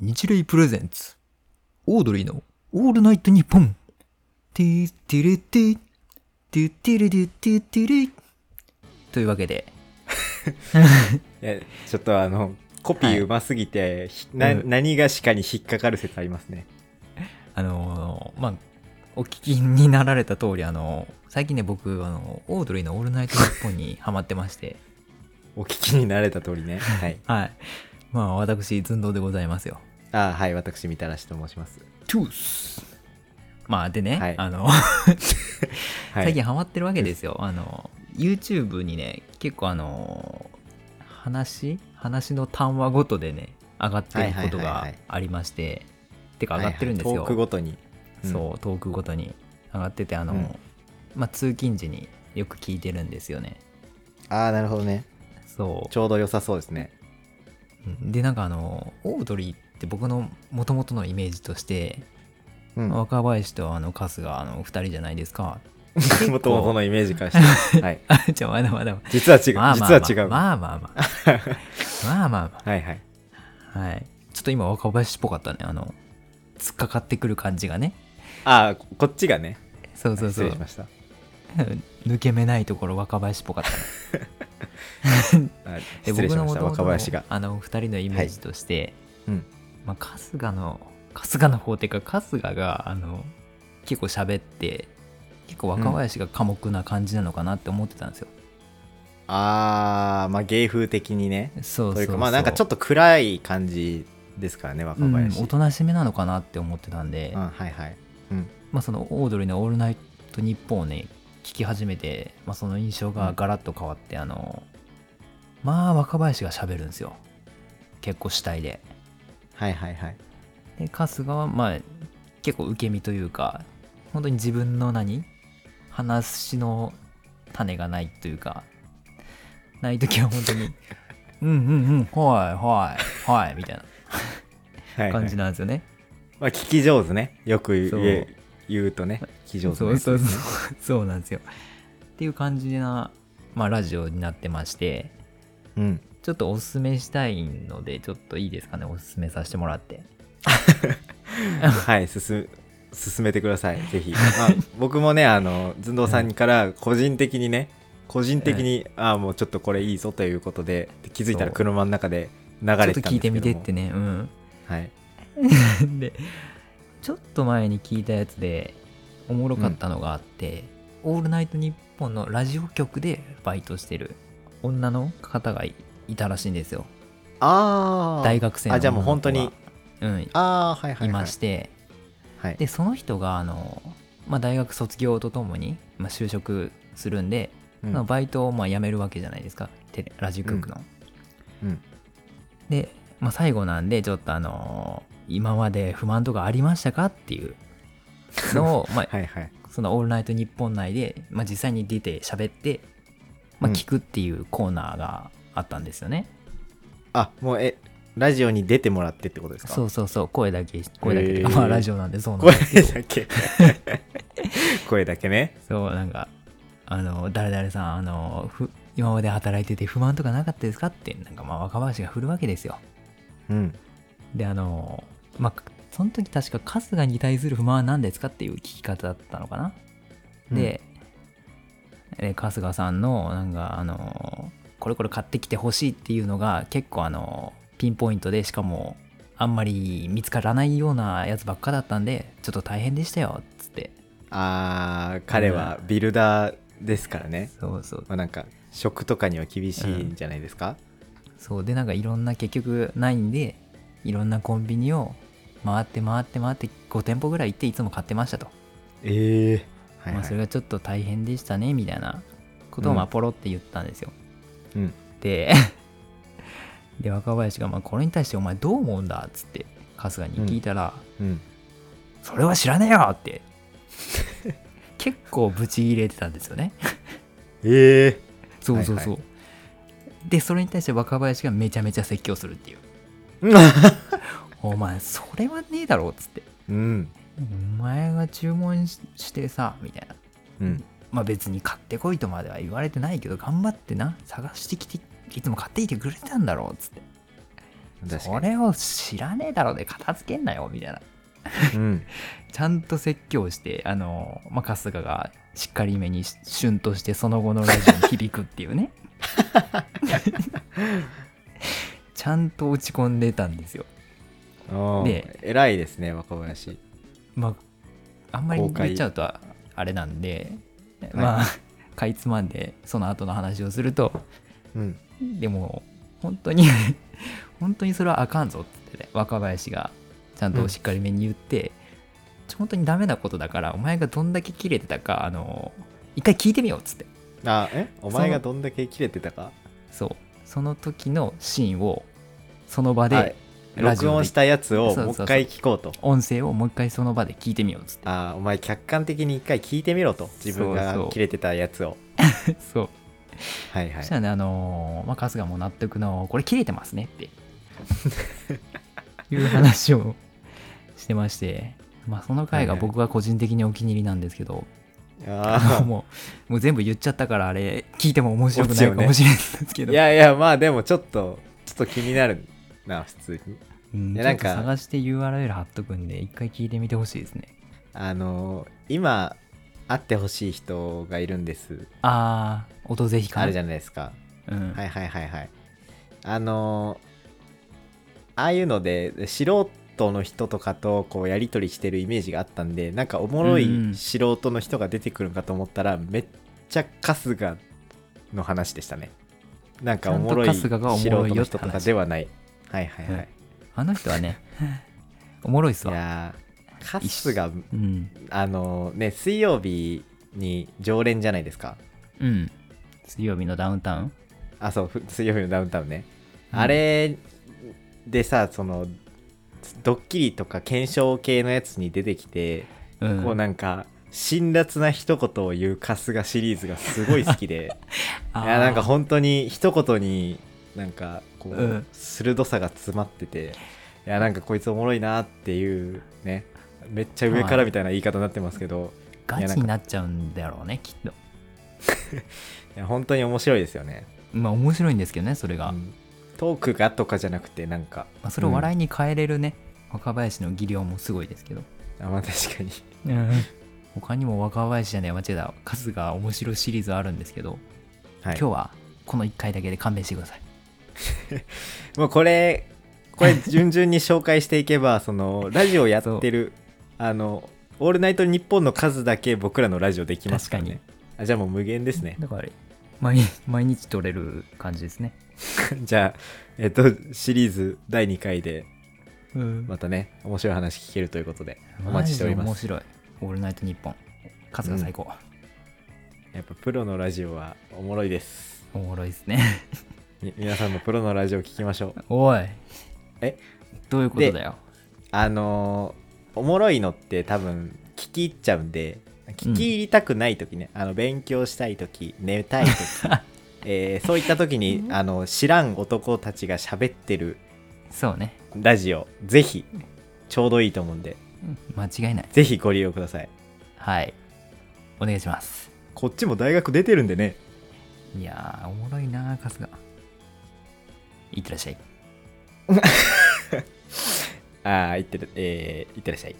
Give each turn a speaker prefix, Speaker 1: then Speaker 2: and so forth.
Speaker 1: 日霊プレゼンツ、オードリーのオールナイトニッポン、ティーティレティ、ティーティレティティーティレというわけで、
Speaker 2: いやちょっとあのコピーうますぎて、ひな
Speaker 1: うん
Speaker 2: 何がしかに引っかかる説ありますね
Speaker 1: あのーまあ、お聞きになられた通り、あのー最近ね、僕、あのーオードリーのオールナイトニッポンにハマってまして、
Speaker 2: お聞きになれた通りねはい
Speaker 1: はい。まあ、私、寸胴でございますよ。
Speaker 2: あはい私みたらしと申します
Speaker 1: トゥースまあ、でね、
Speaker 2: はい
Speaker 1: あの、
Speaker 2: はい
Speaker 1: 最近ハマってるわけですよ。あの、YouTube にね、結構あの、話話の単話ごとでね、上がってること
Speaker 2: はいはいはい
Speaker 1: が
Speaker 2: はい
Speaker 1: ありまして、てか上がってるんですよ。
Speaker 2: はいはいトークごとに、うん
Speaker 1: そう、トークごとに上がってて、あの、
Speaker 2: うん
Speaker 1: まあ、通勤時によく聞いてるんですよね。
Speaker 2: ああなるほどね
Speaker 1: そ
Speaker 2: ちょうど良さそうですね
Speaker 1: う。うんで、なんかあの、オードリーって僕の元々のイメージとして、
Speaker 2: うんも
Speaker 1: 若林とあの春日あの2人じゃないですか。
Speaker 2: ともとのイメージからして、 はい、
Speaker 1: あ、じゃあまだまだ。
Speaker 2: 実は違う、
Speaker 1: まあまあ
Speaker 2: 実は違う、
Speaker 1: まあまあまあ。まあまあま
Speaker 2: はいはい
Speaker 1: あ。はい。ちょっと今若林っぽかったね。あの、突っかかってくる感じがね。
Speaker 2: ああここっちがね
Speaker 1: そうそうそ
Speaker 2: 失礼
Speaker 1: う
Speaker 2: し。ました
Speaker 1: 抜け目ないところ若林っぽかったね。
Speaker 2: はい
Speaker 1: で
Speaker 2: 失礼
Speaker 1: 僕
Speaker 2: しました
Speaker 1: の元
Speaker 2: 若
Speaker 1: 々の
Speaker 2: 林が
Speaker 1: あの、二人のイメージとして、
Speaker 2: うん
Speaker 1: まあ、春日の、春日の方っていうか、春日が、あの、結構喋って、結構若林が寡黙な感じなのかなって思ってたんですよ。
Speaker 2: ああまあ芸風的にね
Speaker 1: そう
Speaker 2: と
Speaker 1: そ
Speaker 2: いうう
Speaker 1: そ
Speaker 2: か
Speaker 1: う。
Speaker 2: まあなんかちょっと暗い感じですからね若林、
Speaker 1: うん、おとなしめなのかなって思ってたんで、
Speaker 2: うんはいはい、うん、
Speaker 1: まあ、そのオードリーの「オールナイトニッポン」をね聞き始めて、まあ、その印象がガラッと変わって、あのまあ若林が喋るんですよ結構主体で
Speaker 2: はいはいはい
Speaker 1: で春日はまあ結構受け身というか本当に自分の何話の種がないというかない時は本当に「うんうんうんはいはいはい」みたいな
Speaker 2: はいはい
Speaker 1: 感じなんですよね
Speaker 2: まあ聞き上手ねよく言え
Speaker 1: そ
Speaker 2: 言うとね聞き上手
Speaker 1: そ
Speaker 2: ね
Speaker 1: うそうそう そうなんですよっていう感じな、まあ、ラジオになってまして
Speaker 2: うん
Speaker 1: ちょっとおすすめしたいのでちょっといいですかねおすすめさせてもらって
Speaker 2: はい進進めてくださいぜひ、まあ、僕もねあの寸胴さんから個人的にね個人的に、ああもうちょっとこれいいぞということで気づいたら
Speaker 1: そう
Speaker 2: 車の中で流
Speaker 1: ち
Speaker 2: れてた
Speaker 1: ょ
Speaker 2: んで
Speaker 1: っ
Speaker 2: す
Speaker 1: と
Speaker 2: けども
Speaker 1: 聞いてみてってねうん
Speaker 2: はい、
Speaker 1: でちょっと前に聞いたやつでおもろかったのがあって「オールナイトニッポン」のラジオ局でバイトしてる女の方がいいたらしいんですよ
Speaker 2: ああ
Speaker 1: 大学生の
Speaker 2: あじゃあもう
Speaker 1: 女の
Speaker 2: 本
Speaker 1: 子
Speaker 2: 当
Speaker 1: が
Speaker 2: に
Speaker 1: うん、い
Speaker 2: ああはいはいはい
Speaker 1: まして、
Speaker 2: はい
Speaker 1: でその人があの、まあ、大学卒業とともに、まあ、就職するんで、
Speaker 2: うん
Speaker 1: まあ、バイトをまあ辞めるわけじゃないですかテレラジオ局の。
Speaker 2: うん
Speaker 1: で、まあ、最後なんでちょっとあのー今まで不満とかありましたかっていうの を、まあ、
Speaker 2: はいはい
Speaker 1: その「オールナイトニッポン」内で、まあ、実際に出て喋って、まあ、
Speaker 2: うん
Speaker 1: 聞くっていうコーナーがあったんですよね。
Speaker 2: あもうえラジオに出てもらってってことですか
Speaker 1: そうそうそう声だけ声だけっていうか
Speaker 2: へー
Speaker 1: まあラジオなんでそうなん
Speaker 2: 声
Speaker 1: ですけど
Speaker 2: だけ 声だけね
Speaker 1: そうなんかあの誰々さんあのふ今まで働いてて不満とかなかったですかってなんかまあ若林が振るわけですよ
Speaker 2: うん
Speaker 1: であのまあその時確か春日に対する不満は何ですかっていう聞き方だったのかな、でで春日さんのなんかあのこれこれ買ってきてほしいっていうのが結構あのピンポイントでしかもあんまり見つからないようなやつばっかだったんでちょっと大変でしたよっつって
Speaker 2: あー彼はビルダーですからね、
Speaker 1: そうそう
Speaker 2: まあ、なんか食とかには厳しいんじゃないですか、
Speaker 1: そうでなんかいろんな結局ないんでいろんなコンビニを回って回って回って5店舗ぐらい行っていつも買ってましたと、
Speaker 2: ええはい
Speaker 1: ま
Speaker 2: は
Speaker 1: あ、
Speaker 2: い
Speaker 1: それがちょっと大変でしたねみたいなことをまあ
Speaker 2: うん
Speaker 1: ポロって言ったんですよ、
Speaker 2: うん
Speaker 1: で で若林がまあこれに対してお前どう思うんだっつって春日に聞いたら、
Speaker 2: うん
Speaker 1: それは知らねえよって 結構ブチギレてたんですよね
Speaker 2: ええ
Speaker 1: そうそうそう、
Speaker 2: はいは
Speaker 1: でそれに対して若林がめちゃめちゃ説教するっていうお前それはねえだろっつって
Speaker 2: うん
Speaker 1: お前が注文ししてさみたいな
Speaker 2: うん
Speaker 1: まあ別に買ってこいとまでは言われてないけど頑張ってな探してきていつも買ってきてくれたんだろうっつって
Speaker 2: 確
Speaker 1: そ
Speaker 2: かに
Speaker 1: れを知らねえだろで片付けんなよみたいな
Speaker 2: うん
Speaker 1: ちゃんと説教してあの、まあ、春日がしっかりめにし旬としてその後のラジオに響くっていう ねちゃんと落ち込んでたんですよ
Speaker 2: おー
Speaker 1: で
Speaker 2: 偉いですね若林
Speaker 1: まああんまり
Speaker 2: 公開
Speaker 1: 言っちゃうとああれなんでまあ、 かいつまんでその後の話をすると
Speaker 2: うん
Speaker 1: でも本当に 本当にそれはあかんぞってね若林がちゃんとしっかりめに言って、ちょ本当にダメなことだからお前がどんだけ切れてたかあの一回聞いてみようっつって
Speaker 2: あえお前が
Speaker 1: そ
Speaker 2: どんだけ切れてたか
Speaker 1: そうその時のシーンをその場
Speaker 2: はい
Speaker 1: でラジ
Speaker 2: 録
Speaker 1: オで
Speaker 2: 音したやつ
Speaker 1: そ
Speaker 2: を
Speaker 1: うそ
Speaker 2: もう
Speaker 1: うそう
Speaker 2: 一回聞こうと
Speaker 1: 音声をもう一回その場で聞いてみようっつっ
Speaker 2: あーお前客観的に一回聞いてみろと自分
Speaker 1: そう
Speaker 2: が
Speaker 1: そう
Speaker 2: 切れてたやつを
Speaker 1: てそう
Speaker 2: はいは
Speaker 1: そ
Speaker 2: い
Speaker 1: したらねあのーまあ、春日も納得のこれ切れてますねって いう話をしてまして、まあ、その回が僕は個人的にお気に入りなんですけど、
Speaker 2: あ
Speaker 1: もうもう全部言っちゃったからあれ聞いても面白くないかもしれないんですけ
Speaker 2: ー
Speaker 1: ど、
Speaker 2: いやいやまあでもちょっとちょっと気になるな普通に
Speaker 1: うん、
Speaker 2: いや
Speaker 1: ち
Speaker 2: な
Speaker 1: ょ
Speaker 2: ん
Speaker 1: っ
Speaker 2: か
Speaker 1: と探して URL 貼っとくんで一回聞いてみてほしいですね
Speaker 2: あのー今会ってほしい人がいるんです
Speaker 1: ああ音ぜひか
Speaker 2: あるじ
Speaker 1: ゃん、
Speaker 2: ゃないですか
Speaker 1: うん
Speaker 2: はいはいはいはいあのーああいうので素人の人とかとこうやり取りしてるイメージがあったんでなんかおもろ
Speaker 1: うんう
Speaker 2: い
Speaker 1: ん
Speaker 2: 素人の人が出てくるんかと思ったら、めっちゃ春日の話でしたねなんかおもろい
Speaker 1: ちゃん
Speaker 2: 素
Speaker 1: と
Speaker 2: 人
Speaker 1: 春日がおもろいよ
Speaker 2: の
Speaker 1: って
Speaker 2: 人
Speaker 1: 話
Speaker 2: とかではないはいはいはい、
Speaker 1: あの人はねおもろいっす
Speaker 2: い
Speaker 1: わ
Speaker 2: やー春日
Speaker 1: うん
Speaker 2: あのーね水曜日に常連じゃないですか
Speaker 1: うん水曜日のダウンタウン
Speaker 2: あそうふ 水曜日のダウンタウンね、
Speaker 1: うん
Speaker 2: あれでさそのドッキリとか検証系のやつに出てきて、
Speaker 1: うん
Speaker 2: こうなんか辛辣な一言を言う春日シリーズがすごい好 きでい
Speaker 1: あー
Speaker 2: やなんか本当に一言になんかこう、
Speaker 1: うん
Speaker 2: 鋭さが詰まってていやなんかこいつおもろいなっていうねめっちゃ上からみたいな言い方になってますけど
Speaker 1: ガチになっちゃうんだろうねきっと
Speaker 2: いや本当に面白いですよね、
Speaker 1: まあ面白いんですけどねそれが、
Speaker 2: うんトークがとかじゃなくてなんか、
Speaker 1: まあ、それを笑いに変えれるね、若林の技量もすごいですけど
Speaker 2: うんあまあ確かに
Speaker 1: 他にも若林じゃねえ間違えた数が面白いシリーズあるんですけど、
Speaker 2: はい、
Speaker 1: 今日はこの1回だけで勘弁してください
Speaker 2: もうこれこれ順々に紹介していけば そのラジオやってるあの「オールナイトニッポン」の数だけ僕らのラジオできますからねあじゃあもう無限ですね
Speaker 1: だから毎毎日撮れる感じですね
Speaker 2: じゃあえっとシリーズ第2回で
Speaker 1: うん
Speaker 2: またね面白い話聞けるということでお待ちしておりま
Speaker 1: 面
Speaker 2: す
Speaker 1: 白い「オールナイトニッポン」数が最高、
Speaker 2: やっぱプロのラジオはおもろいです
Speaker 1: おもろいですね
Speaker 2: み皆さんもプロのラジオ聞きましょう
Speaker 1: おい
Speaker 2: え
Speaker 1: どういうことだよ
Speaker 2: あのーおもろいのって多分聞き入っちゃうんで聞き入りたくない時ね、あの勉強したい時寝たい 時、えーそういった時にあの知らん男たちが喋ってる
Speaker 1: そうね
Speaker 2: ラジオぜひちょうどいいと思うんで
Speaker 1: うん間違いない
Speaker 2: ぜひご利用ください
Speaker 1: はいお願いします
Speaker 2: こっちも大学出てるんでね
Speaker 1: いやーおもろいな春日いってらっしゃい
Speaker 2: ああいってらえーいってらっしゃい